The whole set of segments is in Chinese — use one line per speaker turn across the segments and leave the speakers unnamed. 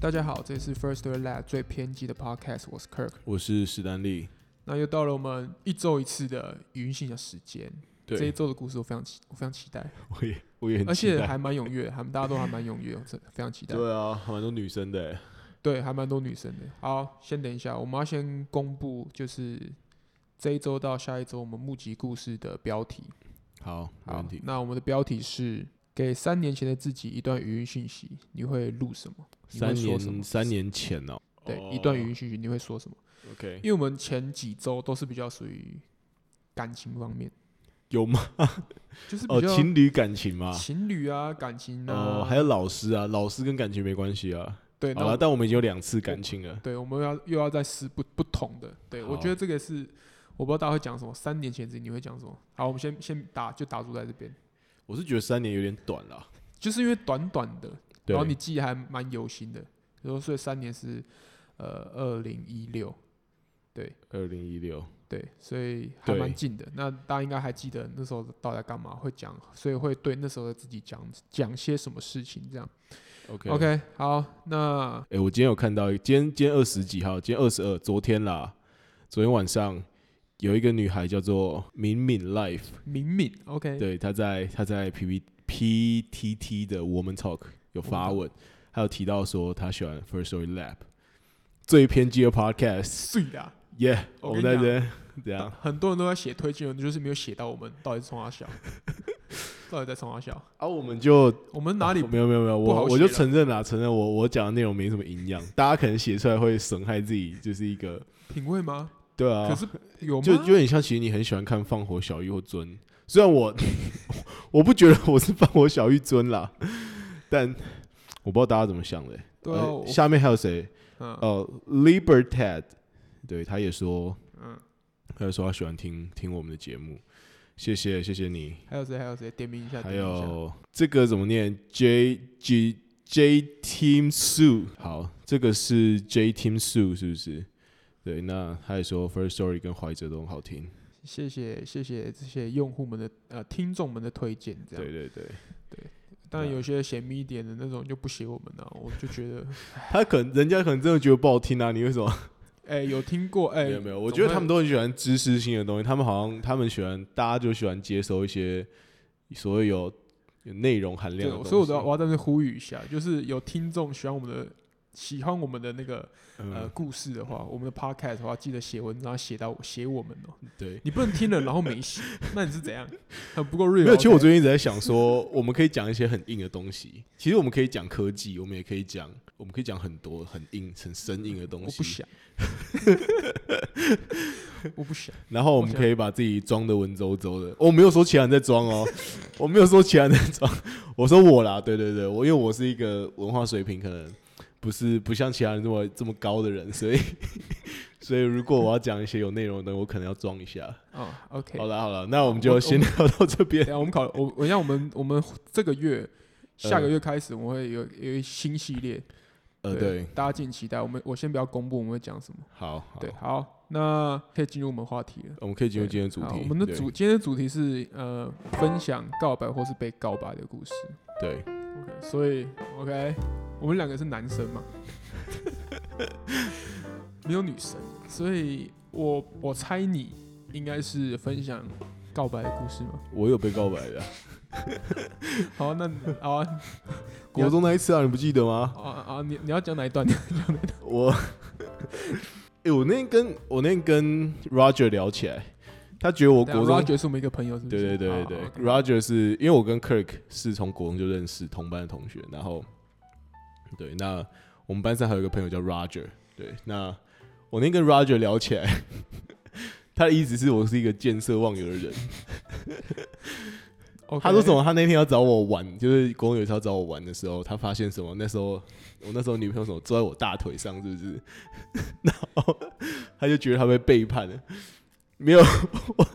大家好，这是 First Story Lab 最偏激的 Podcast，我是 Kirk。
我是史丹利。
那又到了我们一周一次的语音信的时间。这一周的故事我非常期，我非常期待，
我也我也很
而
期
且
待
还蛮踊跃，他们大家都还蛮踊跃，我 真的非常期待。
对啊，蛮多女生的欸。
对，还蛮多女生的。好，先等一下，我们要先公布，就是这一周到下一周我们募集故事的标题。
好，没
好
问，题。
那我们的标题是“给三年前的自己一段语音讯息，你会录什么？”你会
三
说什么
年三年前哦，
对，
哦
一段语音讯息你会说什么？
OK
因为我们前几周都是比较属于感情方面，
有吗？
就是比
哦，
较
情侣感情吗？
情侣啊、感情啊，
哦，还有老师啊，老师跟感情没关系啊。
对，
好
那
了，
我
但我们已经有两次感情了。
对，我们要又要再试不不同的。对，我
好
觉得这个是我不知道大家会讲什么，三年前自己你会讲什么？好，我们先先打就打住在这边，
我是觉得三年有点短了。
就是因为短短的，
对
然后你记还蛮有心的，比如说所以三年是呃二零一六。
二零一六，
对，所以还
对
蛮近的。那大家应该还记得那时候到底在干嘛，会讲，所以会对那时候的自己讲讲些什么事情这样。
OK
OK，好，那
哎、我今天有看到一，今天今天二十几号，今天二十二，昨天啦，昨天晚上有一个女孩叫做敏敏 Life，
敏敏，OK，
对，她在她在 P P P T T 的 Woman Talk 有发文，还有提到说她喜欢 First Story Lab 最偏激的 Podcast，
碎的啊、
耶、yeah,，
我
我
跟你
们在
讲
这边这样，
很多人都在写推荐文，就是没有写到我们到底是冲他 笑，到底在冲他笑，
啊，我们就啊
我们哪里
没有没有没有，
不好
我我就
写了
承认啦，承认我我讲的内容没什么营养，大家可能写出来会损害自己，就是一个
品味吗？
对啊，
可是有吗？
就就有点像，其实你很喜欢看《放火小玉》或《尊》，虽然我 我不觉得我是《放火小玉》《尊》啦，但我不知道大家怎么想的欸、
对啊，
呃
我
下面还有谁？
嗯
哦、l i b e r t a d 对，他也说，
嗯，
他也说他喜欢听听我们的节目，谢谢谢谢你。
还有谁？还有谁？点名一下，
还
点名一下
有这个怎么念？J G J Team Sue，好，这个是 J Team Sue 是不是？对，那他也说 First Story 跟怀哲都很好听，
谢谢谢谢这些用户们的呃听众们的推荐，这样
对对对。
当然
对啊
有些写密一点的那种就不写我们了、我就觉得，
他可能人家可能真的觉得不好听啊，你为什么？
哎、有听过哎、
没有没有，我觉得他们
都
都很喜欢知识性的东西，他们好像他们喜欢，大家就喜欢接收一些所谓有有内容含量的东西。
所以我都要我要在这呼吁一下，就是有听众喜欢我们的喜欢我们的那个呃
嗯，
故事的话，我们的 podcast 的话，记得写文章写到写我们哦、
对。
你不能听了然后没写，那你是怎样？很不够 real。
没有，其实我最近一直在想说， 我们可以讲一些很硬的东西。其实我们可以讲科技，我们也可以讲，我们可以讲很多很硬、很生硬的东
我不
西。
想，我不想，
然后我
我
们
想
可以把自己装的文绉绉的。我没有说其他人在装哦， 我没有说其他人在装，我说我啦，对对对，我因为我是一个文化水平可能不是不像其他人这么这么高的人，所以 所以如果我要讲一些有内容的东西，我可能要装一下。
哦，OK，
好啦好啦，那我们
我
就先聊到这 边
等一。下我们考，我我让我们我们这个月。下个月开始，我们会有有一新系列，
呃，对，
大家敬请期待。我们我先不要公布我们会讲什么，
好，好
对，，好，那可以进入我们话题了。
我们可以进入
对
今天的主
好
题。
我们的
对
主今天的主题是呃，分享告白或是被告白的故事。
对，
OK，所以 OK，我们两个是男生嘛， 没有女生，所以我我猜你应该是分享告白的故事嘛。
我有被告白的啊，
好啊，那好啊
国中那一次啊，你不记得吗？
好啊啊，你你要讲哪一段？
我，哎、我那天跟我那天跟 Roger 聊起来，他觉得我国中，
啊觉得是我们一个朋友，是不
对
是？
对对对
好
对、
好，OK
r o g e r 是因为我跟 Kirk 是从国中就认识，同班的同学，然后，对，那我们班上还有一个朋友叫 Roger，对，那我那天跟 Roger 聊起来， 他的意思是我是一个见色忘友的人，
OK
他说什么？他那天要找我玩，就是国中有一次要找我玩的时候，他发现什么？那时候我那时候女朋友什么坐在我大腿上，是不是？ 然后他就觉得他被背叛了。没有， 我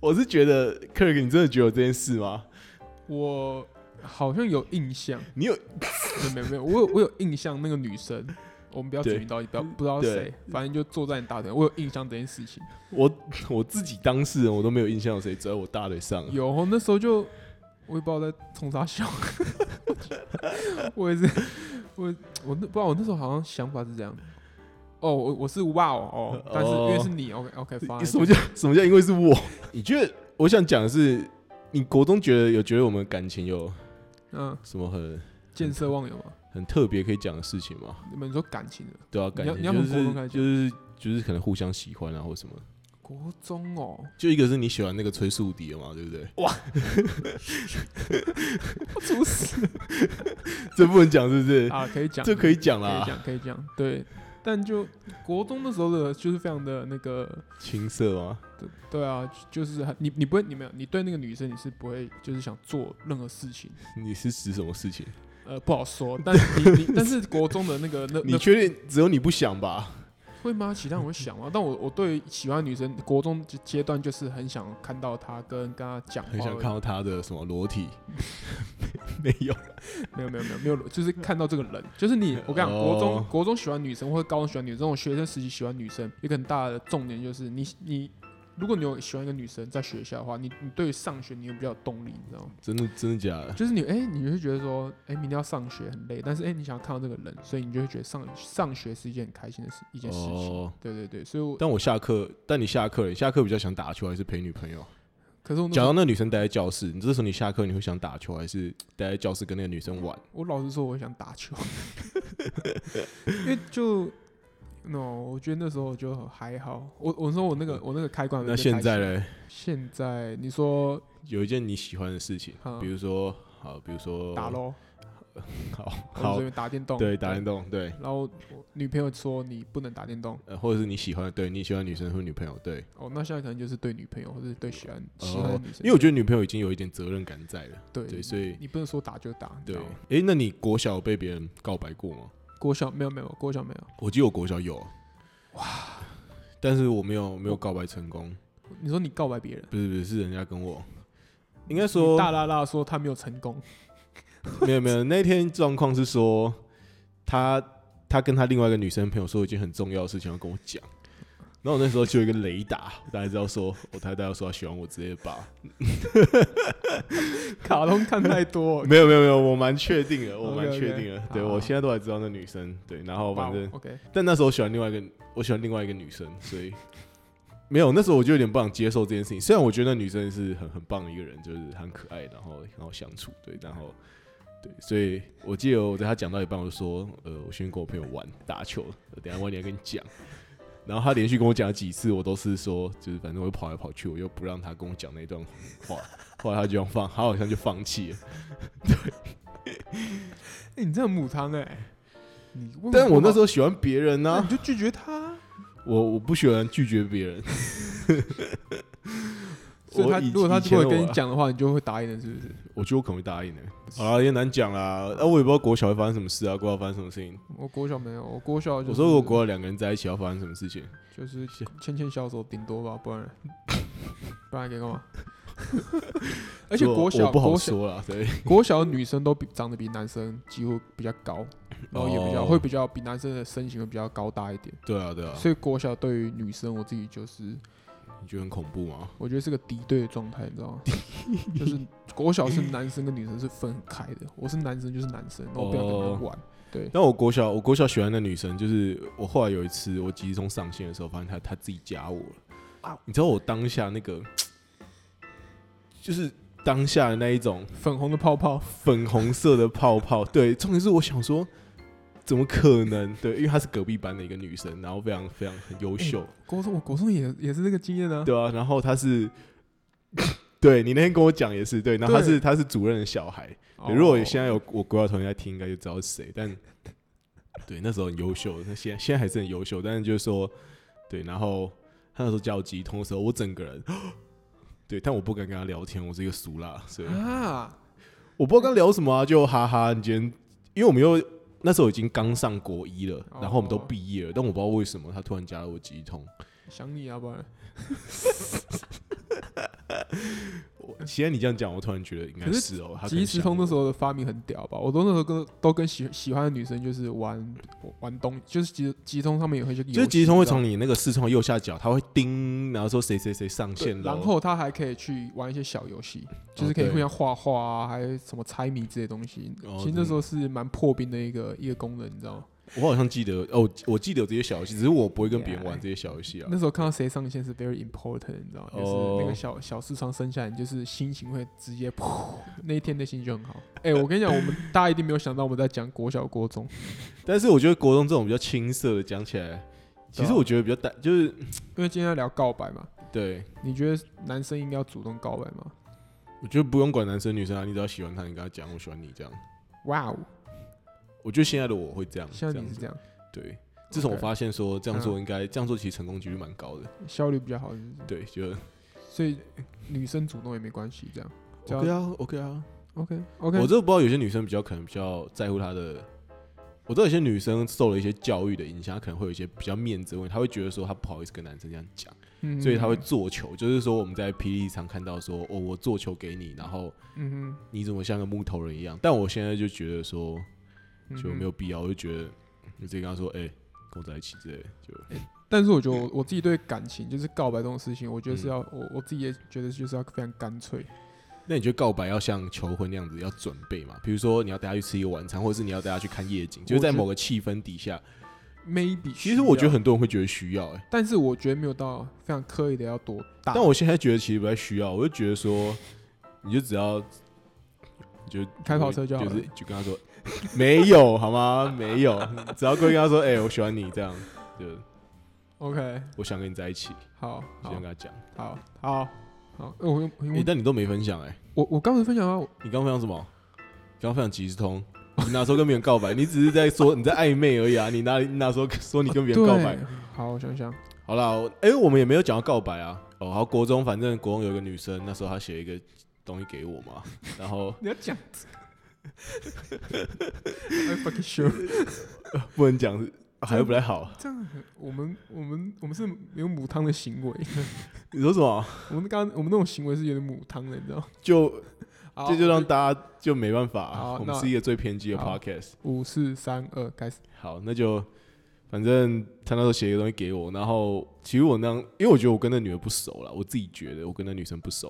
我是觉得 Kirk，你真的觉得有这件事吗？
我好像有印象，
你有
没有没有，我有我有印象那个女生，我们不要指
对
名道姓，不要不知道谁，反正就坐在你大腿，我有印象这件事情。
我我自己当事人，我都没有印象有谁坐在我大腿上。
有 那时候就我也不知道在冲啥笑，我也是我那不知道，我那时候好像想法是这样。哦，我我是哇哦哦，但是因为是你，OK OK，
你什么叫什么叫因为是我？你觉得我想讲的是，你国中觉得有觉得我们感情有
嗯，
什么很
见色忘友嘛。
很特别可以讲的事情吗？
你们说感情的，
对啊，感
要
情
你要
就
从国中
是
开始讲
就是就是可能互相喜欢啊，或什么。
国中哦，
就一个是你喜欢那个吹竖笛的嘛，对不对？
我出事
这不能讲是不是？
啊，可以讲，
这可以讲啊
可以
啦，
讲，可以讲，对。但就国中那时候的，就是非常的那个，
青涩吗？
对对啊，就是很你你不会，你没有，你对那个女生你是不会，就是想做任何事情，
你是指什么事情？
呃，不好说。但 你你但是国中的那个那
你
那
确定只有你不想吧？
会吗？其他人会想吗？但我我对喜欢的女生，国中阶阶段就是很想看到她跟跟她讲话而已，
很想看到他的什么裸体？ 没有，
没有没有没有没有，就是看到这个人，就是你，我跟你讲，
哦
国中国中喜欢女生或者高中喜欢女生，我学生时期喜欢女生，一个很大的重点就是你你，如果你有喜欢一个女生在学校的话，你你对于上学你有比较有动力，你知道吗？
真的真的假的？
就是你哎、你会觉得说，哎、明天要上学很累，但是哎、你想要看到这个人，所以你就会觉得上上学是一件很开心的事，一件事情。
哦，
对对对，所以我
但我下课，但你下课了，你下课比较想打球还是陪女朋友？
可是我那时
假
候
如那女生待在教室，你这时候你下课你会想打球还是待在教室跟那个女生玩？
我老实说，我想打 球，因为就 no，我觉得那时候就还好。我我说我那个我那个开关还没
嗯那
被
现
啊开
在
启，
嘞，
现在你说
有一件你喜欢的事情，
嗯
比如说好，比如说
打，喽，
呃好
我就随
好，
便打电动，
对，打电动，对，
然后我女朋友说你不能打电动，
呃，或者是你喜欢的，对你喜欢的女生或女朋友，对，
哦，那现在可能就是对女朋友或者对喜欢喜欢的
哦
女生，
因为我觉得女朋友已经有一点责任感在了，
对
对，所以
你不能说打就打，你知
对
道吗，
诶，那你国小有被别人告白过吗？
国小没有没有，国小没有。
我记得我国小有，哇，但是我没有没有告白成功，
你说你告白别人，
不是不是，是人家跟我，应该
你
说
大拉拉说他没有成功，
没有没有，那天状况是说，他他跟他另外一个女生朋友说一件很重要的事情要跟我讲，然后我那时候就有一个雷达，我大概知道说，我大概知道说他喜欢我之类的吧。
卡通看太多，
没有没有没有，我蛮确定的，我
OK，OK，
蛮确定的。
好
对
好
我现在都还知道那女生，对，然后
哇哦
反正，
OK，
但那时候我喜欢另外一个，我喜欢另外一个女生，所以。没有，那时候我就有点不想接受这件事情。虽然我觉得那女生是很很棒的一个人，就是很可爱，然后很好相处，对，然后对，所以我记得我在他讲到一半，我就说，呃，我先跟我朋友玩打球，呃等一下晚点跟你讲。然后他连续跟我讲了几次，我都是说，就是反正我就跑来跑去，我又不让他跟我讲那段话。后来他就这样放，他好像就放弃了。
哎，你这很母汤哎，你问
但我那时
候
候喜欢别人啊呢、
你就拒绝他，啊
我我不喜欢拒绝别人。
所以他
我以
如果他如
以前
果
的
跟你
我啊
讲的话，你就会答应的，是不是？
我觉得我可能会答应的、欸好啦，也难讲啦。啊那、我也不知道国小会发生什么事啊，国小发生什么事情。
我国小没有，我国小就是
我说我国小两个人在一起要发生什么事情？
就是牵牵小手，顶多吧，不然 不然还可以干嘛？ 而且
这我
国
我
小
不好
国小
说啦，对，
国小的女生都比长得比男生几乎比较高，然后也比较
哦
会比较比男生的身形会比较高大一点，
对啊，对啊。
所以国小对于女生我自己就是
你觉得很恐怖吗？
我觉得是个敌对的状态，你知 道吗？就是国小是男生跟女生是分很开的，我是男生就是男生，然后我不想跟他玩。对，
哦但我国小，我国小喜欢的女生，就是我后来有一次我即时通上线的时候，发现她她自己加我了
啊。
你知道我当下那个，就是当下的那一种
粉红的泡泡，
粉红色的泡泡。对，重点是我想说，怎么可能？对，因为她是隔壁班的一个女生，然后非常非常很优秀，
国中我国中也也是这个经验啊。
对啊。然后她是， 对你那天跟我讲也是对，然后她
对
是她是主任的小孩，
哦
对如果有现在有我国小同学在听，应该就知道是谁。 但对那时候很优秀，那现在现在还是很优秀，但是就是说，对，然后他那时候叫我急通的时候，我整个人，对，但我不敢跟他聊天，我是一个俗辣，所以
啊，
我不知道跟他聊什么啊，就哈哈，你今天，因为我们又那时候已经刚上国一了，然后我们都
哦
毕业了，但我不知道为什么他突然加了我急通，
想你啊，不然
我现在你这样讲，我突然觉得应该
可是
是哦。他可能
即时
想
通那
我
时候的发明很屌吧？我都那时候跟都跟喜喜欢的女生就是玩玩东，就是即即时通上面也会就
就是即时通会从你那个视窗右下角，它会叮，然后说谁谁谁上线了，
然后他还可以去玩一些小游戏，就是
哦
可以互
对
相画画啊，还有什么猜谜这些东西。
哦
其实那时候是蛮破冰的一个一个功能，你知道吗？
我好像记得哦，我记得有这些小游戏，只是我不会跟别人玩这些小游戏啊
那。时候看到谁上线是 very important，你知道吗？就是那个
哦
小小四川生下来，你就是心情会直接噗，那一天的心情就很好。哎、我跟你讲，我 们大家一定没有想到我们在讲国小国中，
但是我觉得国中这种比较青涩的讲起来，其实
对啊
我觉得比较单，就是
因为今天要聊告白嘛。
对，
你觉得男生应该要主动告白吗？
我觉得不用管男生女生啊，你只要喜欢他，你跟他讲我喜欢你这样。
哇哦，
我觉得现在的我会这样，
现在
这
你
样
是
子
这样，
对。自从我
OK 嗯
发现说这样做应该、这样做，其实成功几率蛮高的。
效率比较好，是不是
对，就
所以女生主动也没关系，这样。这样
OK 啊，OK 啊。
OK OK，
我这不知道有些女生比较可能比较在乎她的，我知道有些女生受了一些教育的影响，她可能会有一些比较面子的问题，她会觉得说她不好意思跟男生这样讲，
嗯
所以她会做球，就是说我们在霹雳常看到说哦我做球给你，然后
嗯哼
你怎么像个木头人一样？但我现在就觉得说
嗯哼
就没有必要，我就觉得你直接跟她说哎、跟我在一起之类的，就
哎但是我觉得我我自己对感情就是告白这种事情，我觉
嗯
得是要、我我自己也觉得就是要非常干脆。
那你觉得告白要像求婚那样子要准备嘛？比如说你要带她去吃一个晚餐，或者是你要带她去看夜景，就是
我觉
在
得
某个气氛底下，
Maybe，
其实我觉得
很，
很多人会觉得需要哎、
但是我觉得没有到非常刻意的要多大。
但我现在觉得其实不太需要，我就觉 得说，你就只要，你就
开跑车就好了
是就跟他说，没有好吗？没有，只要过去跟他说，哎、我喜欢你这样，就
OK，
我想跟你在一起，
好
就
好
这样跟他讲。
好好好，呃我
哎、
我我
但你都没分享哎、
我我刚才分享啊，我
你刚分享什么？你刚分享即时通，你哪时候跟别人告白？你只是在说你在暧昧而已啊！你哪里你哪时候说你跟别人告
啊
白
对？好，我想想，
好啦，我哎、我们也没有讲到告白啊。哦，好，国中反正国中有一个女生，那时候她写一个东西给我嘛，然后
你要讲，I fucking sure，
不能讲，好像不太好。
这样很我们我们我们是没有母汤的行为，
你说什么？
我们刚刚我们那种行为是有点母汤的，你知道吗？
就
好
这就让大家就没办法、啊
好
我
那
们是一个最偏激的
好
podcast。
五四三二开始。
好，那就反正他那时候写一个东西给我，然后其实我那样，因为我觉得我跟那女的不熟了，我自己觉得我跟那女生不熟。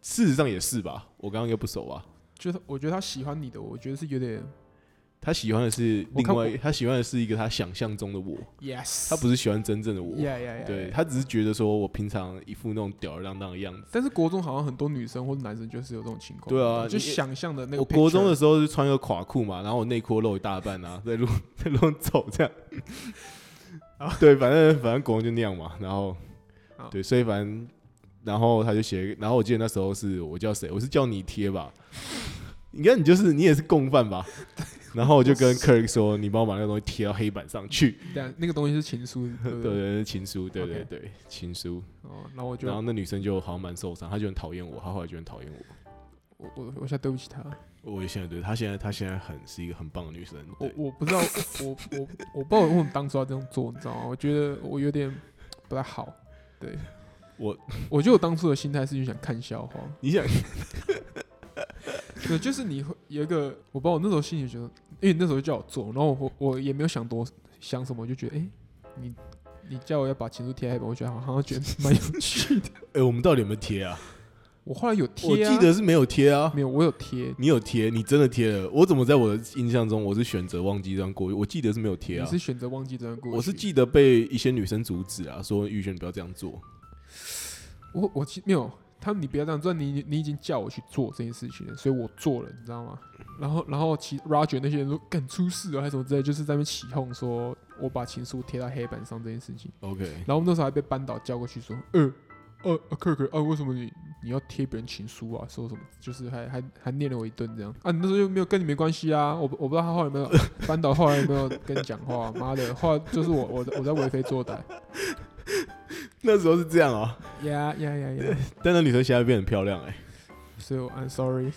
事实上也是吧，我刚刚应该不熟吧。
就是我觉得他喜欢你的，我觉得是有点
他喜欢的是
我
另
看
外，他喜欢的是一个他想象中的我，
yes，
他不是喜欢真正的我。
yeah yeah yeah，
对
yeah
他只是觉得说我平常一副那种吊儿郎当的样子。
但是国中好像很多女生或者男生就是有这种情况，
对啊
就
你
想象的那个 picture。
我国中的时候是穿个垮裤嘛，然后我内裤露一大半啊，在路 在路上 走这样。对，反正反正国中就那样嘛，然后
好
对，所以反正然后他就写，然后我记得那时候是我叫谁，我是叫你贴吧， 应该你就是你也是共 犯吧，然后我就跟 Kirk 说，你帮我把那个东西贴到黑板上去，
对啊，那个东西是情书，对不
对
对？
对对，情书，对对
OK
对，情书，
哦，然后我就
然后那女生就好像蛮受伤，她就很讨厌我，她后来就很讨厌我。
我我我现在对不起他，
我也现在对她现在，她现在很是一个很棒的女生。
我
对
我不知道，我我我不知道为什么当初要这样做，你知道吗？我觉得我有点不太好。对
我，
我觉得我当初的心态是就想看笑话，
你想
对，就是你会有一个，我把我那时候心里觉得，因为你那时候就叫我做，然后我我也没有想多想什么，我就觉得，哎、你你叫我要把情书贴黑板，我觉得好像觉得蛮有趣的。
哎、我们到底有没有贴啊？
我后来有
我
贴、啊，
记得是没有贴啊。
没有，我有贴，
你有贴，你真的贴了。我怎么在我的印象中，我是选择忘记这段过去？我记得是没有贴
你
啊。
是选择忘记这段故事，
我是，记得被一些女生阻止啊，说玉轩不要这样做。
我我记没有。他们，你不要这样做，你你你已经叫我去做这件事情了，所以我做了，你知道吗？然后，然后其 Roger 那些人都干出事了，还是什么之类，就是在那边起哄说，我把情书贴到黑板上这件事情。
OK，
然后我们那时候还被班导叫过去说，呃，呃，呃克克，啊，为什么你你要贴别人情书啊？说什么？就是还还还念了我一顿这样啊？你那时候又没有跟你没关系啊？我不我不知道他后来有没有班导后来有没有跟你讲话？妈的，后来就是我我我在为非作歹，
那时候是这样啊，
呀呀呀呀！
但那女生现在变得很漂亮哎、
所以我 I'm sorry。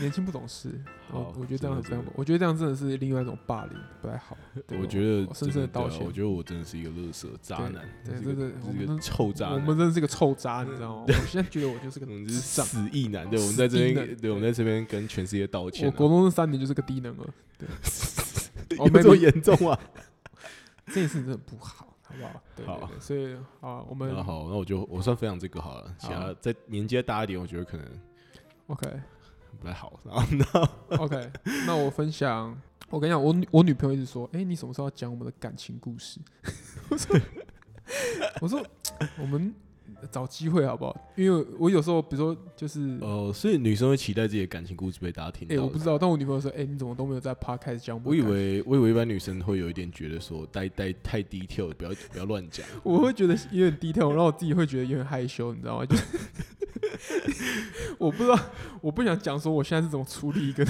年轻不懂事，我
好
我觉得这样很非常
真的真的，
我觉得这样真的是另外一种霸凌，不太好。对
我觉得
我深深的
真对啊
道歉
我觉得我真的是一个垃圾渣男，
对
这
对
个
对对
这是
我
个
们
臭渣
我
男，
们真的是个臭渣，你知道吗？我现在觉得我就是个
我们就是
智障。
死意男。对，我们在这
死意男
边，对，我们在这边跟全世界道歉
我
啊。
国中三年就是个低能儿， 哦
有
没
这么
没
严重啊？
这件事情真的不好，好不好？对，对
好
对所以啊，我们
那好，那我就我算分享这个好了，其他
好啊
再年纪再大一点，我觉得可能
OK
不太好。然后呢，
OK，那我分享，我跟你讲，我女我女朋友一直说，哎、你什么时候要讲我们的感情故事？ 我说，我说，我们找机会好不好？因为我有时候，比如说，就是，
哦，所以女生会期待自己的感情故事被大家听
哎、
到
我不
的。啊
知道，但我女朋友说，哎、你怎么都没有在 Podcast 讲我
我
们
以
的感情？
为，我以为一般女生会有一点觉得说，太太太 detail，不要不要乱讲。
我会觉得有点低调，然后我自己会觉得有点害羞，你知道吗？就是 我不知道，我不想讲说我现在是怎么处理一个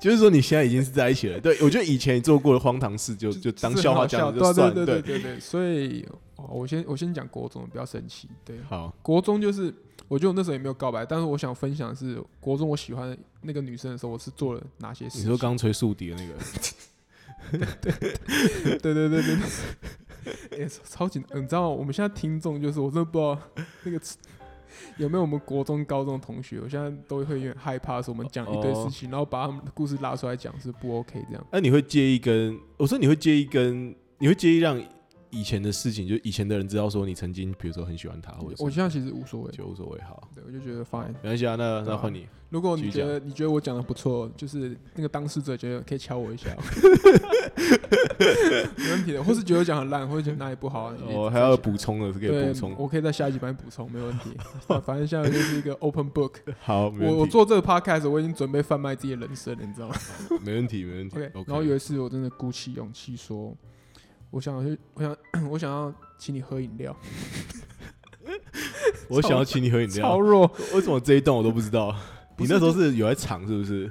就是说你现在已经是在一起了。对，我觉得以前你做过的荒唐事就，就当
是
笑
很
话
好
讲
笑
就算。
对对对对对，所以哦，我先我先讲国中，不要生气。对，
好，
国中就是，我觉得我那时候也没有告白，但是我想分享的是国中我喜欢那个女生的时候，我是做了哪些事
你
情。
说刚吹宿敌的 那个，
对对对对对。 哎、超级难，你知道吗我们现在听众就是，我真的不知道那个有没有我们国中、高中的同学，我现在都会有点害怕，说我们讲一堆
哦
事情，然后把他们的故事拉出来讲是不 OK 这样。
那、你会介意跟我说你会介意跟你会介意让以前的事情，就以前的人知道说你曾经比如说很喜欢他，或者是
我现在其实无所谓，
就无所谓。好，
对我就觉得 fine。
没关系啊，那
对啊
那换你。
如果你
继续
觉
讲
得你觉得我讲的不错，就是那个当事者觉得可以敲我一 下，没问题的。或是觉得我讲很烂，或者觉得哪里不好，啊你
我、
再
哦还要
讲
补充的，是可以
对
补，充。
我可以在下一集帮你补充，没问题。反反正现在就是一个 open book。
好，没
我我
问题，
做这个 podcast，我已经准备贩卖自己的人生了，你知道吗
没问题，没问题。
？OK。
OK，
然后有一次，我真的鼓起勇气说，我想去，我想 我想要请你喝饮料，
我想要请你喝饮
超
料，
弱。
为什么这一段我都不知道？
不
你
是
那时候是有在场是不是？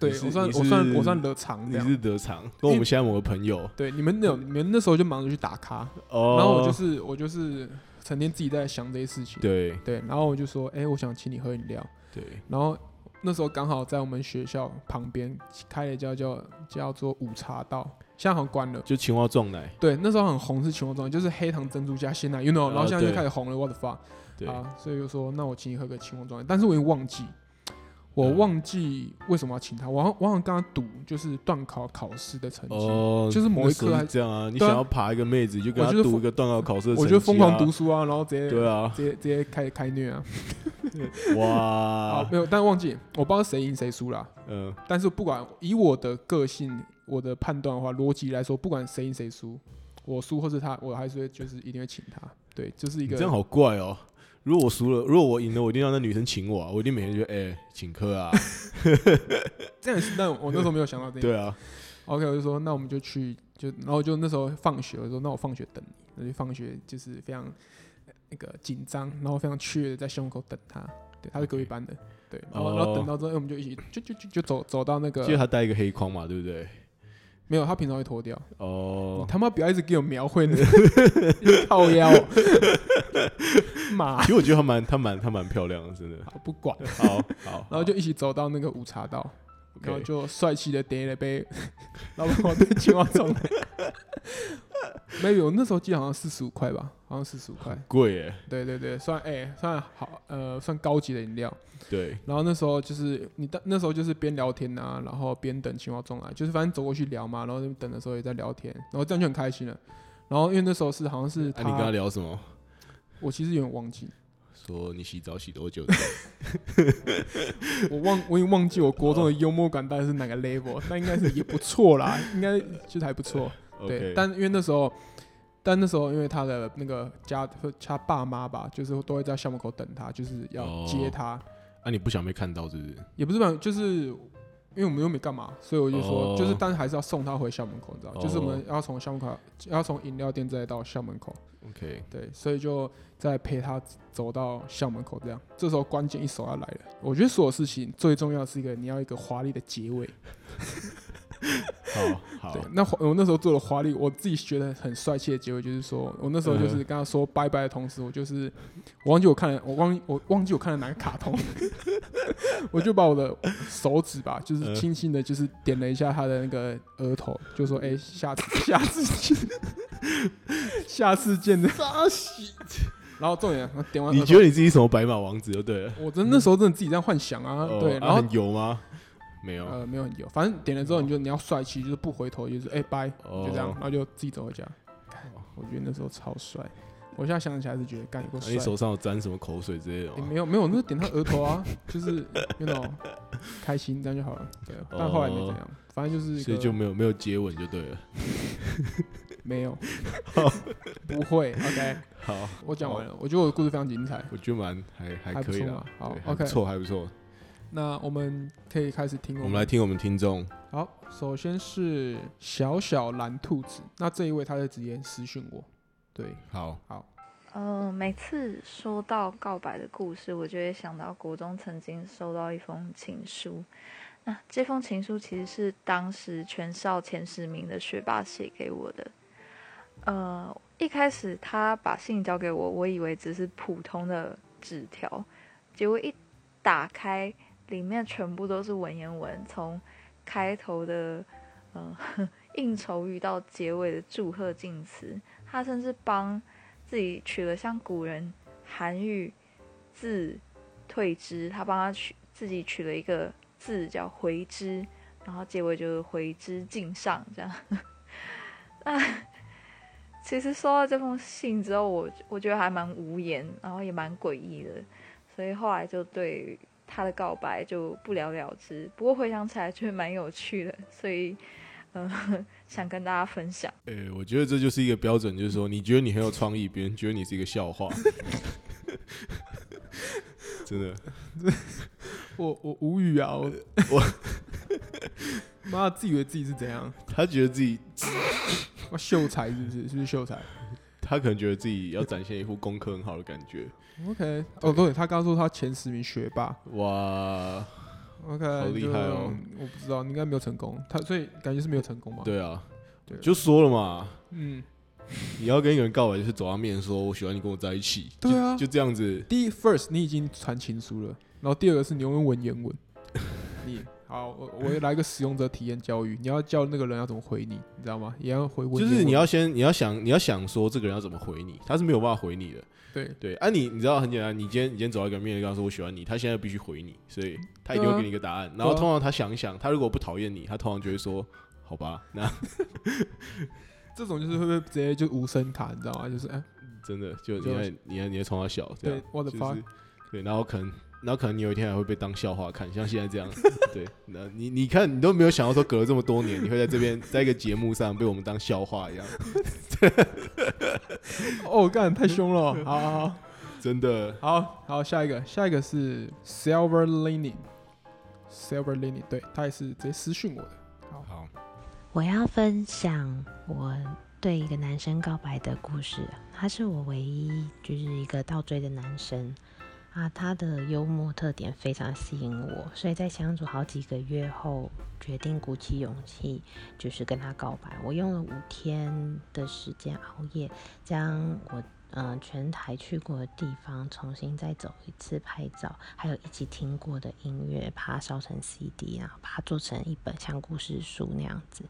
对
你是
我算
你
我算
是
我算得长
你
这样。
是得场，跟我
因为
们现在某个朋友
对，你们那你们那时候就忙着去打卡，
哦。
然后我就是我就是成天自己在想这些事情，
对
对然后我就说，哎、我想请你喝饮料，
对，
然后那时候刚好在我们学校旁边开了一家叫叫做午茶道，现在好像关了。
就青蛙撞奶，
对，那时候很红是秦王庄，就是黑糖珍珠加鲜奶，you know，
啊
然后现在就
对
开始红了，what the fuck
对，
啊！所以就说，那我请你喝个秦王庄，但是我已经忘记，我
嗯
忘记为什么要请他，我好像我好像跟他赌，就是段考考试的成绩，
哦，
就是某一
那时候
科
是
还
这样啊，你
对啊
想要爬一个妹子，你就跟
我
她
就是
读
疯
一个段考考试的成绩啊，
我就疯狂读书啊，然后直接
对啊，
直接直接开开虐啊！ 好，
哇，
没有，呃但忘记我不知道谁赢谁输啦。
嗯，
但是不管以我的个性、我的判断的话，逻辑来说，不管谁赢谁输，我输或是他，我还是会就是一定会请他。对，就是一
你
个
这样好怪哦。如果我输了，如果我赢了，我一定让那女生请我啊！我一定每天觉得，哎、请客啊，
这样也是，但我那时候没有想到这一点。
对啊，
OK，我就说那我们就去，就然后就那时候放学，我说那我放学等你，那就放学就是非常呃那个紧张，然后非常雀跃地在校门口等他。对，他是隔壁
OK
班的。对，然后然后
哦
等到之后，我们就一起就就就就走走到 那
记得
个
他戴一个黑框嘛，对不对？
没有，他平常会脱掉。你
哦，
他妈不要一直给我描绘那个靠 腰，妈
其，实我觉得他蛮、他蛮、他蛮漂亮的，真的。
好不管。
好好，
然后就一起走到那个午茶道，然后
OK，
就帅气的点了杯老板我的青蛙 中来。没有，那时候记得好像四十五块吧，好像四十五块。
贵耶，
对对对，算哎、算好呃算高级的饮料。
对，
然后那时候就是你当那时候就是边聊天啊，然后边等青蛙中来，就是反正走过去聊嘛，然后等的时候也在聊天，然后这样就很开心了。然后因为那时候是好像是
那、
他，
啊你跟他聊什么？
我其实有点忘记，
说你洗澡洗 多久？
我忘我已经忘记我国中的幽默感大概是哪个 level，但应该是也不错啦，应该就是还不错。对
OK，
但因为那时候，但那时候因为他的那个家和他爸妈吧，就是都会在校门口等他，就是要
哦
接他，
啊，你不想被看到是不是？
也不是吧，就是。因为我们又没干嘛，所以我就说
哦
就是但还是要送他回校门口，你知道
哦
就是我们要从校门口，要从饮料店再到校门口，
OK，
对，所以就再陪他走到校门口，这样，这时候关键一手要来了。我觉得所有事情最重要的是一个你要一个华丽的结尾。
好
对
好，，
那华我那时候做的华丽，我自己觉得很帅气的结尾就是说，我那时候就是跟他 说拜拜的同时，我就是我忘记我看了，我忘我忘记我看了哪个卡通，我就把我的手指吧，
嗯
就是轻轻的，就是点了一下他的那个额头，就说：“哎、下次 下次见，下次见的。
扎西，”
然后重点我点完
你
额头
觉得你自己什么白马王子就对了。
我真那时候真的自己在幻想啊，
哦
对，
啊
然后、
很油吗？没有，啊
呃没有很油，反正点了之后你就你要帅气，就是不回头，就是哎拜、
哦
就这样，然后就自己走回家。干我觉得那时候超帅，我现在想起来还是觉得干有够
啊
帅
你。手上有沾什么口水之类的
也
吗？
没有没有，那个点他额头啊， 就是那种开心这样就好了。
哦
对，但后来没怎样，反正就是一
啊所以
个
就没有没有接吻就对了。
没 有，不会。OK，
好，
我讲完了，我觉得我的故事非常精彩。
我觉得蛮还还
还不
可以
错
啦
嘛，好
对还
OK
不错还不错。
那我们可以开始听我
我们来听我们听众，
好，首先是小小蓝兔子，那这一位他就直接私讯我，对，
好，
呃，每次说到告白的故事，我就会想到国中曾经收到一封情书。那这封情书其实是当时全校前十名的学霸写给我的。呃，一开始他把信交给我，我以为只是普通的纸条，结果一打开，里面全部都是文言文，从开头的呃 应酬语到结尾的祝贺敬词，他甚至帮。自己取了像古人韩愈字退之，他帮他取自己取了一个字叫回之，然后结尾就是回之敬上这样。 那其实收到这封信之后，我我觉得还蛮无言，然后也蛮诡异的，所以后来就对他的告白就不了了之。不过回想起来觉得蛮有趣的，所以嗯、呃 想跟大家分享。
诶，呃我觉得这就是一个标准，就是说你觉得你很有创意，别人觉得你是一个笑话， 真的。
我我无语啊，
呃
我妈自以为自己是怎样，
他觉得自己，
我秀才是不是？是不是秀才
他可能觉得自己要展现一副功课很好的感觉，
？OK，哦对，他刚说他前十名学霸，
哇，
OK，
好厉害哦
就！我不知道，你应该没有成功，他所以感觉是没有成功嘛？，
对啊
对，
就说了嘛，
嗯，
你要跟一个人告白，就是走到面说我喜欢你，跟我在一起，
对啊
就就这样子，
第一 first 你已经传情书了，然后第二个是你用文言文，你好，我我也来个使用者体验教育，你要教那个人要怎么回你，你知道吗？也要回文
就
言文，
是你要先你要想你要想说这个人要怎么回你，他是没有办法回你的，
对
对，啊你你知道很简单，你今天你今天走到一个人面前跟他说我喜欢你，他现在必须回你，所以他一定
对
会
啊
给你一个答案，然后
对啊
通常他想一想，他如果不讨厌你，他通常就会说好吧，那
这种就是会不会直接就无声卡，你知道吗？就是哎，
真的就
就
你还你还你还冲他笑，这样
对，我的
就是
fuck，
对，然后可能，然后可能你有一天还会被当笑话看，像现在这样， 对，那你你看，你都没有想到说隔了这么多年，你会在这边在一个节目上被我们当笑话 一样，
哦，干太凶了，好好
真的，
好好好，下一个，下一个是 Silver Lining，Silver Lining，对他也是直接私讯我的，好，
好，
我要分享我对一个男生告白的故事。他是我唯一就是一个倒追的男生啊，他的幽默特点非常吸引我，所以在相处好几个月后，决定鼓起勇气就是跟他告白。我用了五天的时间熬夜，将我。嗯、全台去过的地方重新再走一次拍照，还有一起听过的音乐，把它烧成 CD，然后把它做成一本像故事书那样子。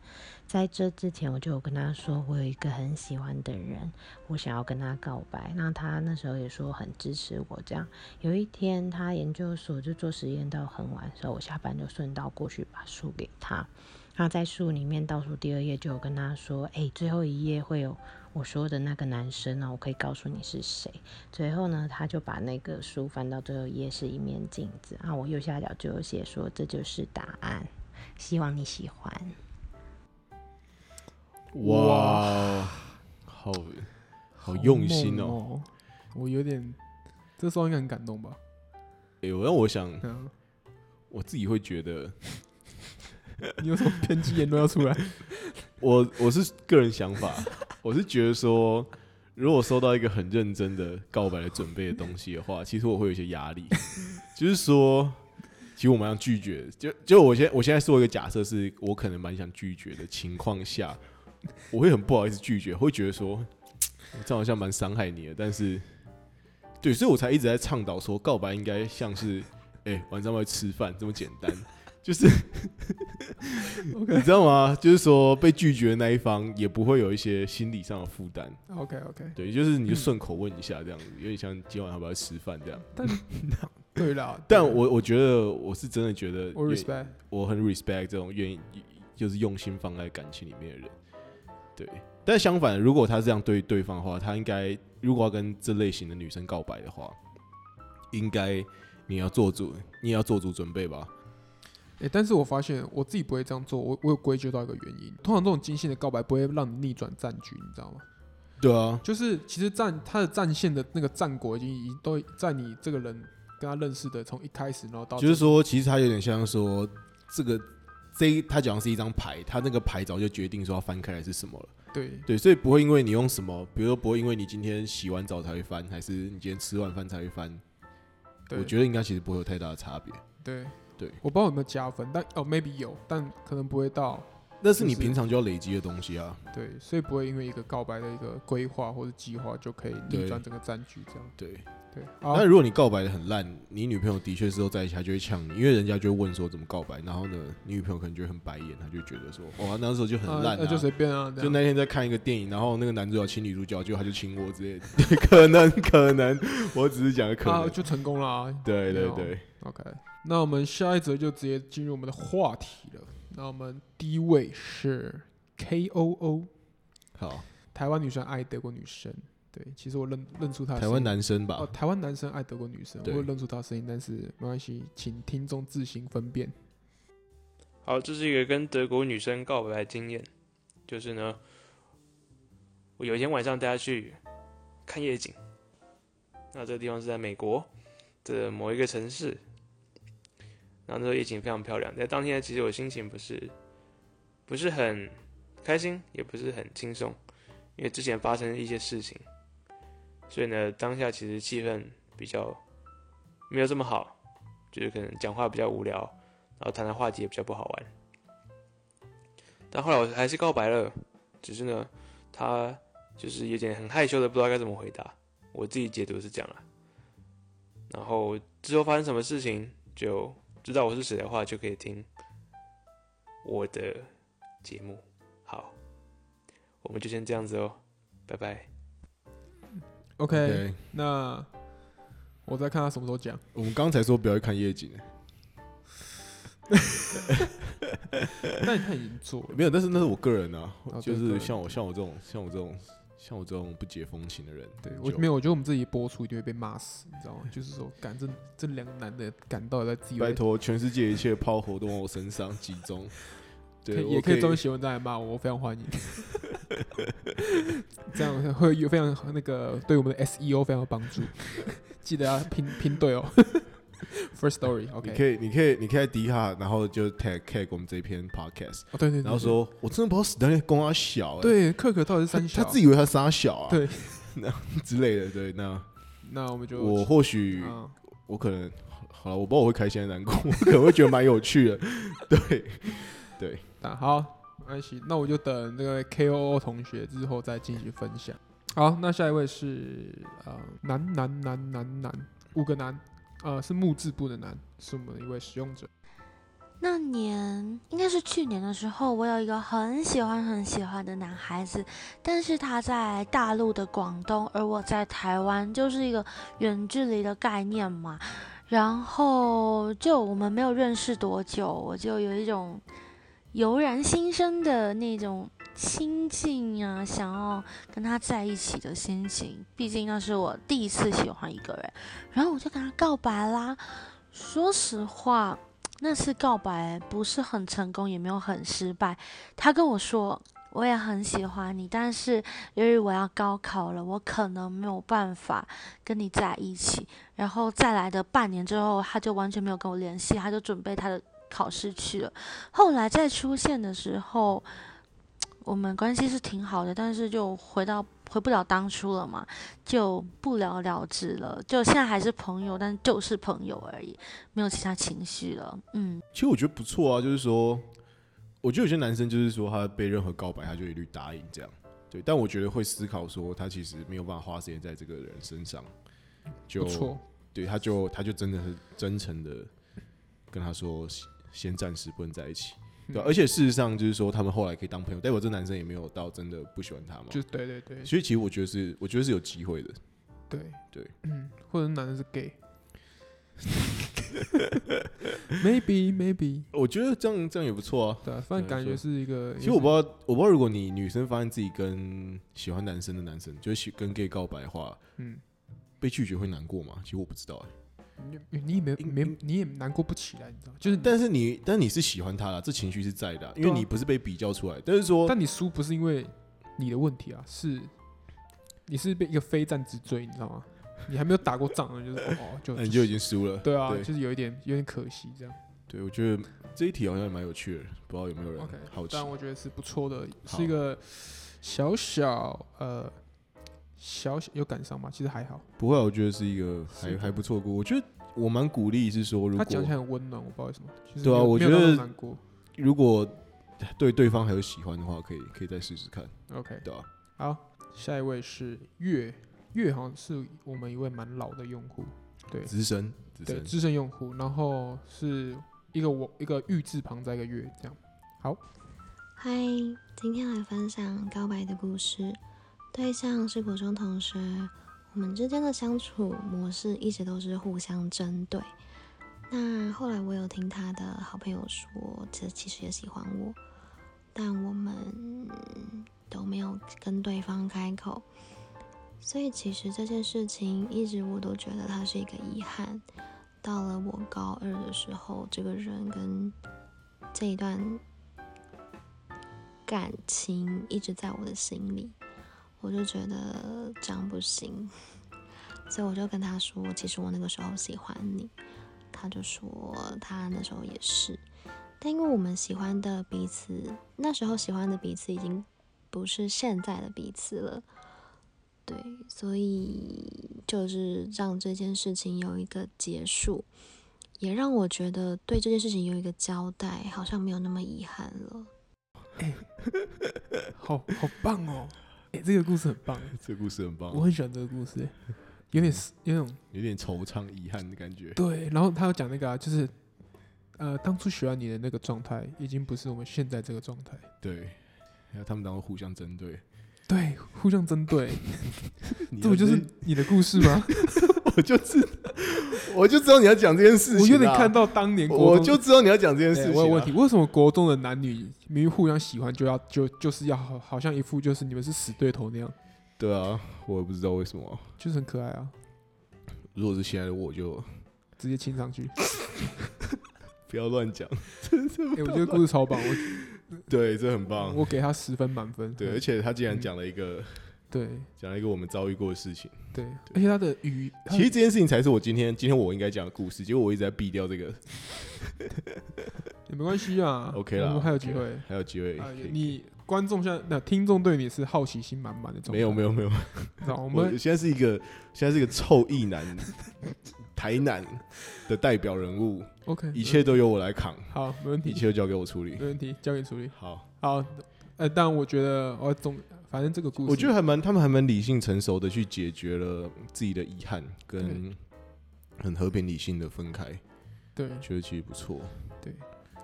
在这之前，我就有跟他说，我有一个很喜欢的人，我想要跟他告白。那他那时候也说很支持我。这样，有一天他研究所就做实验到很晚的时候，我下班就顺道过去把书给他。那在书里面倒数第二页就有跟他说，哎、最后一页会有我说的那个男生啊呢，我可以告诉你是谁。最后呢，他就把那个书翻到最后一页是一面镜子啊，我右下角就有写说这就是答案，希望你喜欢。
哇，好哦好用心
好猛
哦，
哦！我有点，这时候应该很感动吧？
哎、我让我想，
嗯，
我自己会觉得，
你有什么偏激言论要出来？
我我是个人想 法，我是觉得说。如果收到一个很认真的告白的准备的东西的话，其实我会有一些压力，就是说，其实我蛮想拒绝的。就就我现我现在做一个假设，是我可能蛮想拒绝的情况下，我会很不好意思拒绝，会觉得说我这样好像蛮伤害你的。但是，对，所以我才一直在倡导说，告白应该像是，哎、哎、晚上要不要吃饭这么简单，就是你知道吗？就是说被拒绝的那一方也不会有一些心理上的负担，
OK OK，
对，就是你就顺口问一下这样子，有点像今晚要不要吃饭这样。
对啦，
但我我觉得我是真的觉得
我
愿
respect，
我很 respect 这种愿意就是用心放在感情里面的人，对。但相反，如果他这样对对方的话，他应该如果要跟这类型的女生告白的话，应该你要做足，你也要做足准备吧。
哎、但是我发现我自己不会这样做，我我有归咎到一个原因，通常这种精心的告白不会让你逆转战局，你知道吗？
对啊，
就是其实战他的战线的那个战果已经已经都在你这个人跟他认识的从一开始，然后到
就是说，其实他有点像说这个这一他讲的是一张牌，他那个牌早就决定说要翻开来是什么了。
对
对，所以不会因为你用什么，比如说不会因为你今天洗完澡才会翻，还是你今天吃完饭才会翻，
对，
我觉得应该其实不会有太大的差别。
对
对，
我不知道有没有加分，但哦 maybe 有，但可能不会到
那是你
就是
平常就要累积的东西啊。
对，所以不会因为一个告白的一个规划或者计划就可以逆转整个战局这样。
对，
对，好
那，如果你告白的很烂，你女朋友的确是都在一起，她就会呛你，因为人家就会问说怎么告白，然后呢，你女朋友可能就会很白眼，她就觉得说，哇，那时候就很
啊
烂、啊
那就随便啊，这
就
样
那天在看一个电影，然后那个男主角亲女主角，就他就亲我之类的， 可能可能，我只是讲个可能。
啊就成功了啊。
对
没
对
有
对，
OK，那我们下一则就直接进入我们的话题了。那我们第一位是 KOO，
好，
台湾女生爱德国女生。对，其实我认认出她的
台湾
声音
男生吧
哦，，台湾男生爱德国女生，我
对
会认出她的声音，但是没关系，请听众自行分辨。
好，这是一个跟德国女生告白的经验，就是呢，我有一天晚上带她去看夜景，那这个地方是在美国的某一个城市，然后那时候夜景非常漂亮，但当天其实我心情不是不是很开心，也不是很轻松，因为之前发生了一些事情，所以呢，当下其实气氛比较没有这么好，就是可能讲话比较无聊。然后谈的话题也比较不好玩。但后来我还是告白了，只是呢，他就是有点很害羞的，不知道该怎么回答。我自己解读是这样啊。然后之后发生什么事情，就知道我是谁的话，就可以听我的节目。好，我们就先这样子哦，拜拜。
OK，
对，
那我再看她什么时候讲。
我们刚才说不要去看夜景，
但他已经做了，
没有，但是那是我个人啊，
哦
就
对个
是
人
像我像我这种像我这种像我这种不解风情的人，
对
就
我没有，我觉得我们自己播出一定会被骂死，你知道吗？ 就是说，感这这两个男的感到底在自己
拜，托，全世界一切炮火都往我身上集中，
可
对，
以
我
也可以专门
以
写文章来骂我，我非常欢迎。 这样会有非常那个对我们的 SEO 非常有帮助， 记得要拼拼对哦。First Story
你
OK，
可以，你可以，你可以在迪卡，然后就 tag tag 我们这篇 podcast，
哦对对，对
然后说，我真的不知道史丹利公阿小、欸，
对可可到底是
他，
三
他
小，
自以为他傻小啊，
对，
那 之类的，对， 那
那我们就
我或许
啊
我可能好了，我不知道我会开心还是难过，我可能会觉得蛮有趣的， 对，
那好，没关系，那我就等那个 KOO 同学之后再进行分享。好，那下一位是呃男男男男男五个男，呃是木字部的男，是我们的一位使用者。
那年应该是去年的时候，我有一个很喜欢很喜欢的男孩子，但是他在大陆的广东，而我在台湾，就是一个远距离的概念嘛。然后就我们没有认识多久，我就有一种油然心生的那种亲近啊，想要跟他在一起的心情。毕竟那是我第一次喜欢一个人，然后我就跟他告白啦。说实话，那次告白不是很成功，也没有很失败。他跟我说，我也很喜欢你，但是由于我要高考了，我可能没有办法跟你在一起。然后再来的半年之后，他就完全没有跟我联系，他就准备他的考试去了。后来再出现的时候，我们关系是挺好的，但是就回到回不了当初了嘛，就不了了之了。就现在还是朋友，但就是朋友而已。没有其他情绪了。嗯，
其实我觉得不错啊，就是说，我觉得有些男生就是说他被任何告白，他就一律答应这样。对，但我觉得会思考说，他其实没有办法花时间在这个人身上，
不
就
错，
对，他就他就真的是真诚的跟他说先先暂时不能在一起，对吧、
嗯
而且事实上就是说他们后来可以当朋友，代表这男生也没有到真的不喜欢他嘛。
就对对对
所以其实我觉得是，我觉得是有机会的。
对
对，
嗯，或者男的是 gay，maybe maybe，
我觉得这样这样也不错啊。
对啊，反正感觉是一个，
其实我不知道，我不知道如果你女生发现自己跟喜欢男生的男生，就是喜跟 gay 告白的话，
嗯，
被拒绝会难过吗？其实我不知道哎、
你你也没
应
没你也难过不起来，你知道吗，就是
但是你，但你是喜欢他啦，这情绪是在的啊、因
对
为
啊
你不是被比较出来，但是说，
但你输不是因为你的问题啊，是你是被一个非战之罪，你知道吗？你还没有打过仗呢，就是 哦，就
那嗯你就已经输了。
对啊，
对
就是有一点有点可惜这样。
对，我觉得这一题好像也蛮有趣的，不知道有没有人
OK，
好奇
但我觉得是不错的，
好
是一个小小呃小小有感伤吗？其实还好，
不会啊，我觉得是一个还
是
还不错过。我觉得我蛮鼓励是说，如
他讲起
果
来很温暖，我不知道为什么。就是
对啊
没有
我
没有到
觉得
那么难过。
如果对对方还有喜欢的话，可以可以再试试看，
OK，
对吧、啊
好，下一位是月月，好像是我们一位蛮老的用户，对
资深资
对，
深，
资深用户，然后是一个我一个玉字旁加一个月这样。 好，
嗨，今天来分享告白的故事。对象是国中同学，我们之间的相处模式一直都是互相针对。那后来我有听他的好朋友说，这其实也喜欢我，但我们嗯都没有跟对方开口。所以其实这件事情一直我都觉得它是一个遗憾。到了我高二的时候，这个人跟这一段感情一直在我的心里，我就觉得这样不行， 所以我就跟他说，其实我那个时候喜欢你，他就说他那时候也是，但因为我们喜欢的彼此，那时候喜欢的彼此已经不是现在的彼此了，对，所以就是让这件事情有一个结束。也让我觉得对这件事情有一个交代，好像没有那么遗憾了。
好好棒哦！哎、这个 故事很棒，
这个故事很棒嗯
我，很喜欢这个故事、有点有种
有点惆怅遗憾的感觉。
对，然后他有讲那个、啊，就是呃，当初喜欢你的那个状态，已经不是我们现在这个状态。
对，还有他们当中互相针对，
对，互相针对，
你
这
要
不就是你的故事吗？
我就知道，我就知道你要讲这件事情啊。
我有点看到当年国
我
中
就知道你要讲这件事
对
情、啊
我有问题，，为什么国中的男女明明互相喜欢，就要就就是要好好像一副就是你们是死对头那样，
对啊，我也不知道为什么啊。
就是很可爱啊，
如果是现在的我，我就
直接亲上 去。
不要 乱讲。
哎、我觉得故事超棒，我
对，这很棒。
我给他十分满分。
对，而
嗯
且他竟然讲了一个、
对
讲了一个我们遭遇过的事情。
对，而且他的语，他
其实这件事情才是我今天今天我应该讲的故事，结果我一直在避掉这个。
也没关系啊
OK 啦
我们还有
OK
机会。
还有机会
啊
可以、，
你观众现在那听众对你是好奇心满满的状态，
没有没有没有，
有，知道我
我
们
现在是一个现在是一个臭意男， 台南的代表人物，
OK，
一切都由我来扛，
好，没问
一
题，
切都交给我处理
没。问题，交给你处理。
好，
好，呃，但我觉得我总反正这个故事，
我觉得还蛮，他们还蛮理性成熟的去解决了自己的遗憾，跟很和平理性的分开，
对，
觉得其实不错。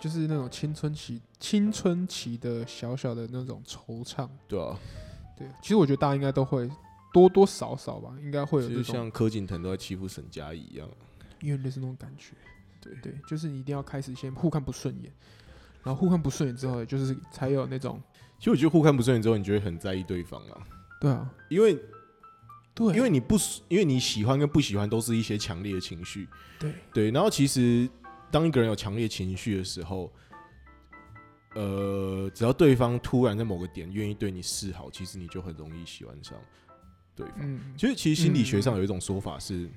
就是那种青春期青春期的小小的那种惆怅。
对啊，
对，其实我觉得大家应该都会多多少少吧，应该会有
就
这
是
种
像柯景腾都在欺负沈佳宜一样。
因为类似那种感觉。
对
对，就是你一定要开始先互看不顺眼，然后互看不顺眼之后，就是才有那种
其实我觉得互看不顺眼之后，你就会很在意对方啊，
对啊，
因为
对，
因为你不因为你喜欢跟不喜欢都是一些强烈的情绪。
对
对，然后其实当一个人有强烈情绪的时候，呃，只要对方突然在某个点愿意对你示好，其实你就很容易喜欢上对方。
嗯，
其实，其实心理学上有一种说法是，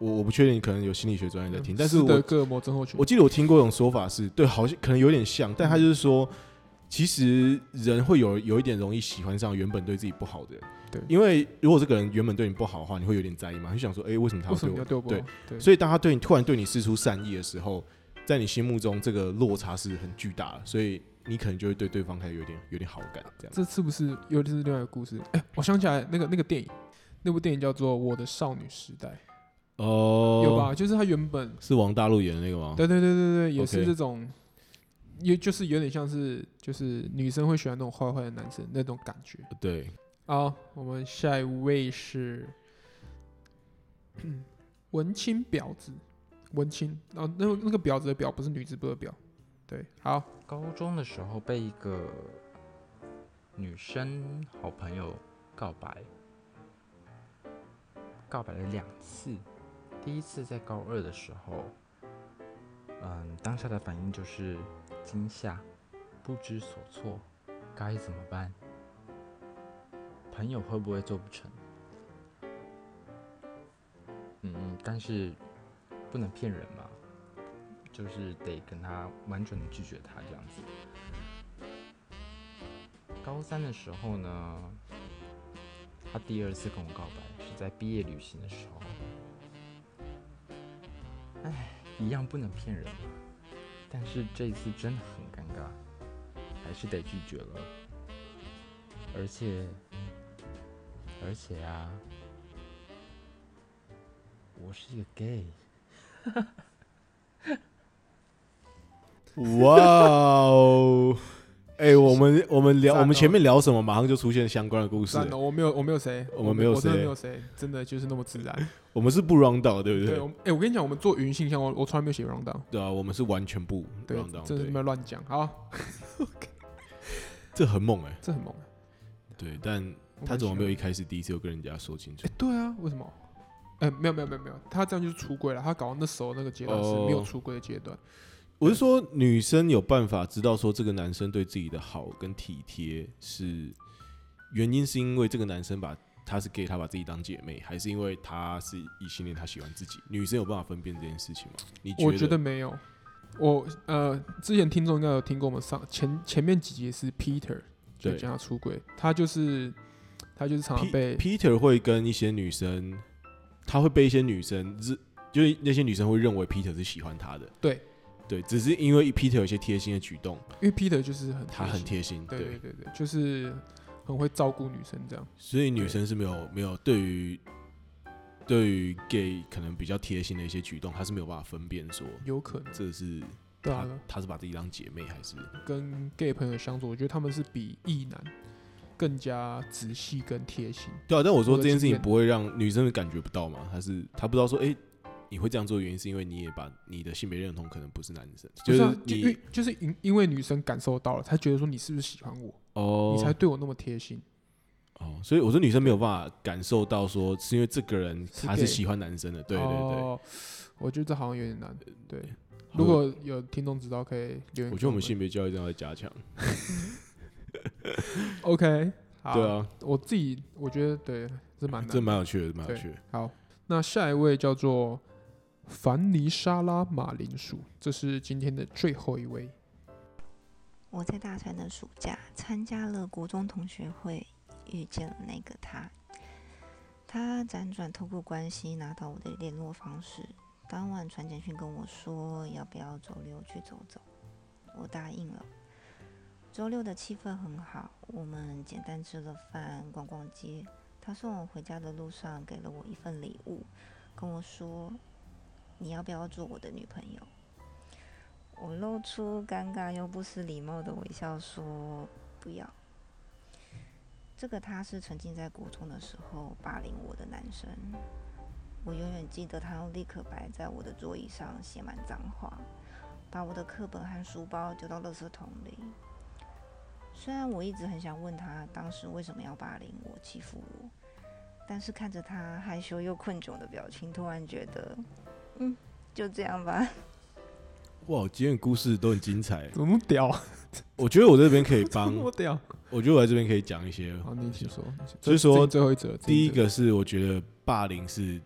我我不确定，可能有心理学专业在听，但
嗯
是
斯德
我
哥尔摩症候群
我，记得我听过一种说法是，对，好像可能有点像，但他就是说，其实人会有有一点容易喜欢上原本对自己不好的人，
对
因为如果这个人原本对你不好的话，你会有点在意嘛，就想说，哎、为什么他
为
会
什
对
么你
我
要对我不好
对？
对，
所以当他对你突然对你施出善意的时候，在你心目中这个落差是很巨大的，所以你可能就会对对方开始有点有点好感，这样。
这是不是又是另外一个故事？哎、我想起来，那个那个电影，那部电影叫做《我的少女时代》，
哦，
有吧？？就是他原本，
是王大陆演的那个吗？
对对对对对，也是
哦 OK
这种，也就是有点像是就是女生会喜欢那种坏坏的男生那种感觉。
呃对，
好，我们下一位是文青婊子，文青啊，那那个婊子的婊不是女字部的婊，对，好，
高中的时候被一个女生好朋友告白，告白了两次。第一次在高二的时候，嗯，当下的反应就是惊吓、不知所措，该怎么办？朋友会不会做不成？嗯，但是不能骗人嘛，就是得跟他婉转的拒绝他这样子。高三的时候呢，他第二次跟我告白是在毕业旅行的时候。哎，一样不能骗人嘛，但是这一次真的很尴尬，还是得拒绝了。而且，而且啊，我是一个 gay。
哇哦！哎，我们我们聊
赞哦
我们前面聊什么，马上就出现相关的故事
算。了，我没有我没有谁，
我们没有
我真的
谁
没有谁，真的就是那么自然。
我们是不 round down，对不
对，
对？
我哎，我跟你讲，我们做云信箱，我我从来没有写 round down，
对啊，我们是完全不
对
round，down，
真的是没
对，
有乱讲，好，
这很猛哎。
这很猛，欸
对，但
我啊
他
很
怎么
喜
没有
欢
一开始第一次就跟人家说清楚
哎？，对啊，为什么？哎，没有没有没有没有，他这样就是出轨了。他搞到那时候那个阶段是没有
哦
出轨的阶段，
我是说，女生有办法知道说这个男生对自己的好跟体贴是原因，是因为这个男生把他是 gay，他把自己当姐妹，还是因为他是异性恋，他喜欢自己？女生有办法分辨这件事情吗？你
我
觉
觉得没有。我呃，之前听众应该有听过我们上前前面几集是 Peter 就
对
讲他出轨，他就是他就是常常被
P, Peter 会跟一些女生，他会被一些女生认，就是那些女生会认为 Peter 是喜欢他的。
对
对，只是因为 Peter 有一些贴心的举动，
因为 Peter 就是很
他很
心
贴心，
对对对对，就是很会照顾女生这样。
所以女生是没有没有对于对于 gay 可能比较贴心的一些举动，她是没有办法分辨说
有可能
这是
对啊
她，她是把自己当姐妹还是
跟 gay 朋友相处，我觉得他们是比异男更加仔细跟贴心。
对啊？但我说
我的
这件事
经
情
验
不会让女生感觉不到嘛？她是她不知道说，哎、你会这样做的原因是因为你也把你的性别认同可能不是男生，
不
是
啊就因
你
为就是因因为女生感受到了，才觉得说你是不是喜欢我，
哦
你才对我那么贴心。
哦，所以我说女生没有办法感受到说是因为这个人
是
他是
gay
喜欢男生的，对对对。
哦，我觉得这好像有点难。对，
好
如果有听众知道，可以留言给。
我觉得我们性别教育真的要 加强，
OK，好
对，啊，
我自己我觉得对，这蛮难
这
的。
蛮有趣的，蛮有
对
趣的。
好，那下一位叫做凡妮莎拉马铃薯，这是今天的最后一位。
我在大三的暑假参加了国中同学会，遇见了那个他。他辗转透过关系拿到我的联络方式，当晚传简讯跟我说要不要周六去走走，我答应了。周六的气氛很好，我们简单吃了饭，逛逛街。他送我回家的路上给了我一份礼物，跟我说：“你要不要做我的女朋友？”我露出尴尬又不失礼貌的微笑，说：“不要。”这个他是曾经在国中的时候霸凌我的男生，我永远记得他用立可白在我的桌椅上写满脏话，把我的课本和书包丢到垃圾桶里。虽然我一直很想问他当时为什么要霸凌我、欺负我，但是看着他害羞又困窘的表情，突然觉得，嗯，就这样吧。
哇，今天的故事都很精彩。
怎么那么屌？
我觉得我这边可以 帮，
我屌！
我觉得我在这边可以讲一些。
好，你请说。
所以说
这最后一则，
第一
这则，
个是我觉得霸凌是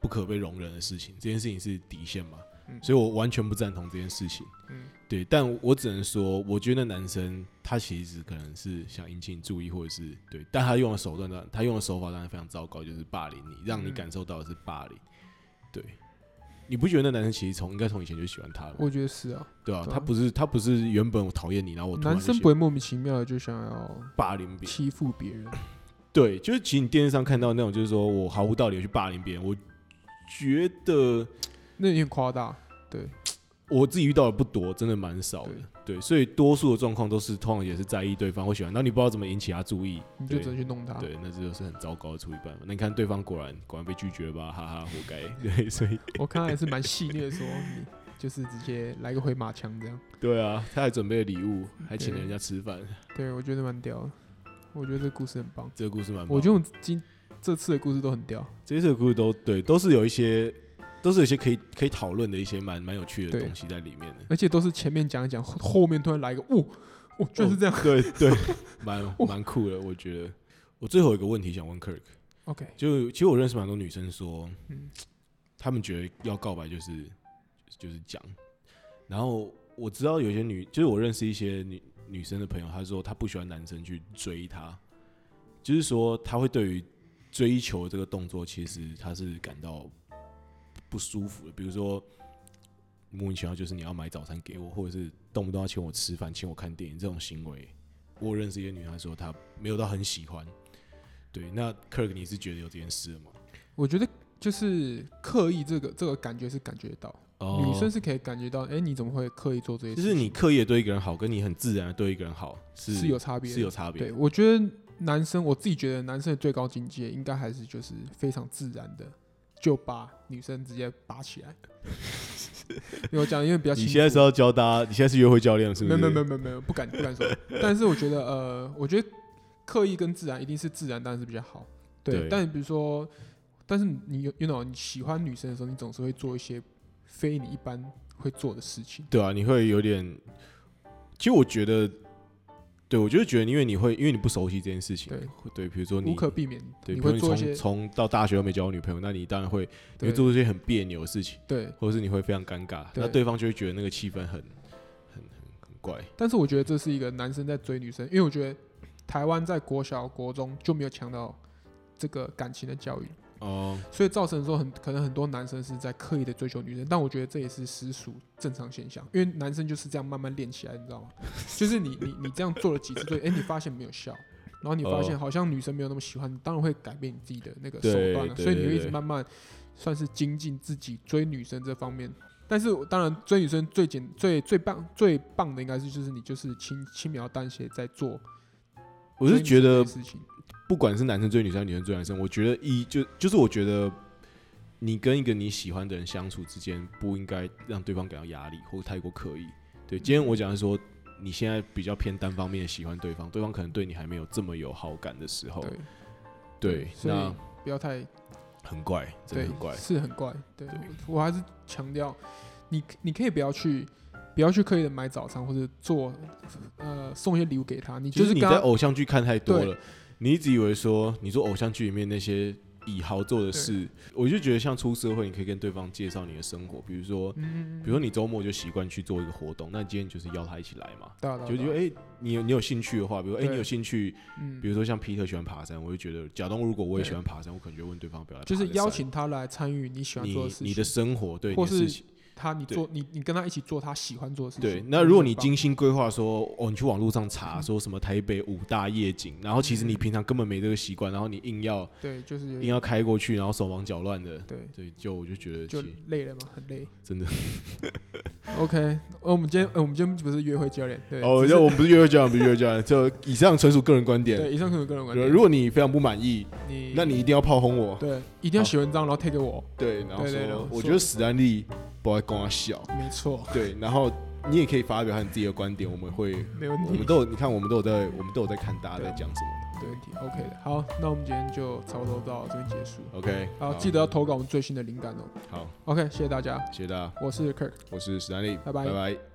不可被容忍的事情，这件事情是底线嘛，
嗯
所以我完全不赞同这件事情。
嗯
对，但我只能说，我觉得那男生他其实可能是想引起你注意，或者是对，但他用的手段呢，他用的手法当然非常糟糕，就是霸凌你，让你
嗯
感受到的是霸凌。对，你不觉得那男生其实从应该从以前就喜欢他了吗？
我觉得是啊，
对啊，
对啊
他不是他不是原本我讨厌你，然后我突然
男
就
生
喜
不会莫名其妙的就想要
霸凌别人。
欺负别人。
对，就是其实你电视上看到那种，就是说我毫无道理的去霸凌别人，我觉得
那有点夸 大。对，
我自己遇到的不多，真的蛮少的。对，所以多数的状况都是通常也是在意对方或喜欢，然后你不知道怎么引起他注意，
你就
对
只能去弄他。
对，那这就是很糟糕的处理办法。那你看对方果然果然被拒绝吧，哈哈，活该。对，所以
我看他还是蛮戏谑，说你就是直接来个回马枪这样。
对啊，他还准备了礼物，还请
对
了人家吃饭，
对，我觉得蛮屌的，我觉得这故事很棒。
这个故事蛮棒的。
我觉得我们今这次的故事都很屌，
这些故事都对，都是有一些，都是有一些可以可以讨论的一些蛮蛮有趣的
对
东西在里面的。
而且都是前面讲一讲，后后面突然来一个，哦，哦，居然是这样。
对对， 蛮蛮酷的，我觉得。我最后有一个问题想问 Kirk，
OK，
就其实我认识蛮多女生说，
嗯
她们觉得要告白就是就是讲，然后我知道有些女，就是我认识一些女女生的朋友，她说她不喜欢男生去追她，就是说她会对于追求这个动作，其实她是感到不舒服的，比如说。莫名其妙就是你要买早餐给我，或者是动不动要请我吃饭、请我看电影这种行为，我认识一些女孩说她没有到很喜欢。对，那 Kirk 你是觉得有这件事的吗？
我觉得就是刻意这个这个感觉是感觉得到，
哦
女生是可以感觉到，哎、你怎么会刻意做这些
就
事情？
是你刻意地对一个人好，跟你很自然的对一个人好是
是有差别的，
是有差别的。
对，我觉得男生，我自己觉得男生的最高境界应该还是就是非常自然的就把女生直接拔起来。因为我讲因为比较
你
清楚
现在是要教大家，你现在是约会教练是不
没
是？
有没有没有没有没有不敢不敢说，但是我觉得呃，我觉得刻意跟自然一定是自然当然是比较好，对。
对
但比如说，但是你有 you know 你喜欢女生的时候，你总是会做一些非你一般会做的事情。
对啊，你会有点。其实我觉得，对我就是觉得，因为你会，因为你不熟悉这件事情，
对
对，比如说
无
你
可避免，
对，
你
比
会
如
做
说
一些
你从从到大学都没交过女朋友，那你当然会，你
对
会做出一些很别扭的事情，
对，
或者是你会非常尴尬，
对
那对方就会觉得那个气氛很很很很怪。
但是我觉得这是一个男生在追女生，因为我觉得台湾在国小、国中就没有强调这个感情的教育，
哦、
所以造成说很可能很多男生是在刻意的追求女生，但我觉得这也是实属正常现象，因为男生就是这样慢慢练起来，你知 道吗？就是你你你这样做了几次对，哎、你发现没有效，然后你发现
哦
好像女生没有那么喜欢你，当然会改变你自己的那个
对
手段了、
对
所以你会
对
一直
对
慢慢算是精进自己追女生这方面。但是我当然追女生最简最最棒最棒的应该是就是你就是轻轻描淡写在做
我
追
是
女
觉
生这件事情，
得不管是男生追女生，还是女生追男生，我觉得一就就是我觉得你跟一个你喜欢的人相处之间，不应该让对方感到压力或太过刻意。
嗯
对，今天我讲的是说你现在比较偏单方面的喜欢对方，对方可能对你还没有这么有好感的时候，
对
对，
所以
那
不要太
很怪，真的
对
很怪，
是很怪。对
对
我我还是强调，你你可以不要去，不要去刻意的买早餐或者做呃送一些礼物给他，你
就是
是
你
跟
在
他
偶像剧看太多
对
了，你一直以为说你说偶像剧里面那些以豪做的事，我就觉得像出社会，你可以跟对方介绍你的生活，比如说，
嗯，
比如说你周末就习惯去做一个活动，那你今天就是邀他一起来嘛。
对啊对啊
就觉
对
得
啊
哎、你有你有兴趣的话，比如哎、
对
你有兴趣，
嗯
比如说像皮特喜欢爬山，我就觉得，假东如果我也
对
喜欢爬山，我可能就问对方不要来爬
就
这个
是
山，
邀请他来参与你喜欢做的
你
事情，
你的生活，对，
或
你的事
是
情，
他你
对
做你你跟他一起做他喜欢做的事情。
对。那如果你
今
精心规划说，哦，你去网络上
嗯
查说什么台北五大夜景，然后其实你平常根本没这个习惯，然后你硬要
对就是有
硬
点
要开过去，然后手忙脚乱的，
对
对，就我就觉得
就
其实
累了嘛，很累。
真的。
OK，呃我们今天呃我们今天不是约会教练，对
哦，
只是
就我们不是约会教练，不是约会教练，就以上纯属个人观点。
对以上可能个人观点，
如果你非常不满意，
你
那你一定要炮轰我。
对一定要写文章然后推给我，
对，然后
对对
说
对，
我
说
觉得史丹利不爱跟他笑。
没错，
对，然后你也可以发表你自己的观点，我们会，
没问
我
题
们。都有，你看，我们都有在，我们都有在看大家在讲什么
对问题。OK 的，好，那我们今天就差不多到这边结束。
的。OK，
好，记得要投稿我们最新的灵感哦。
好，
OK，谢谢大家，
谢谢大家，
我是 Kirk。
我是史丹利，
拜拜
拜拜。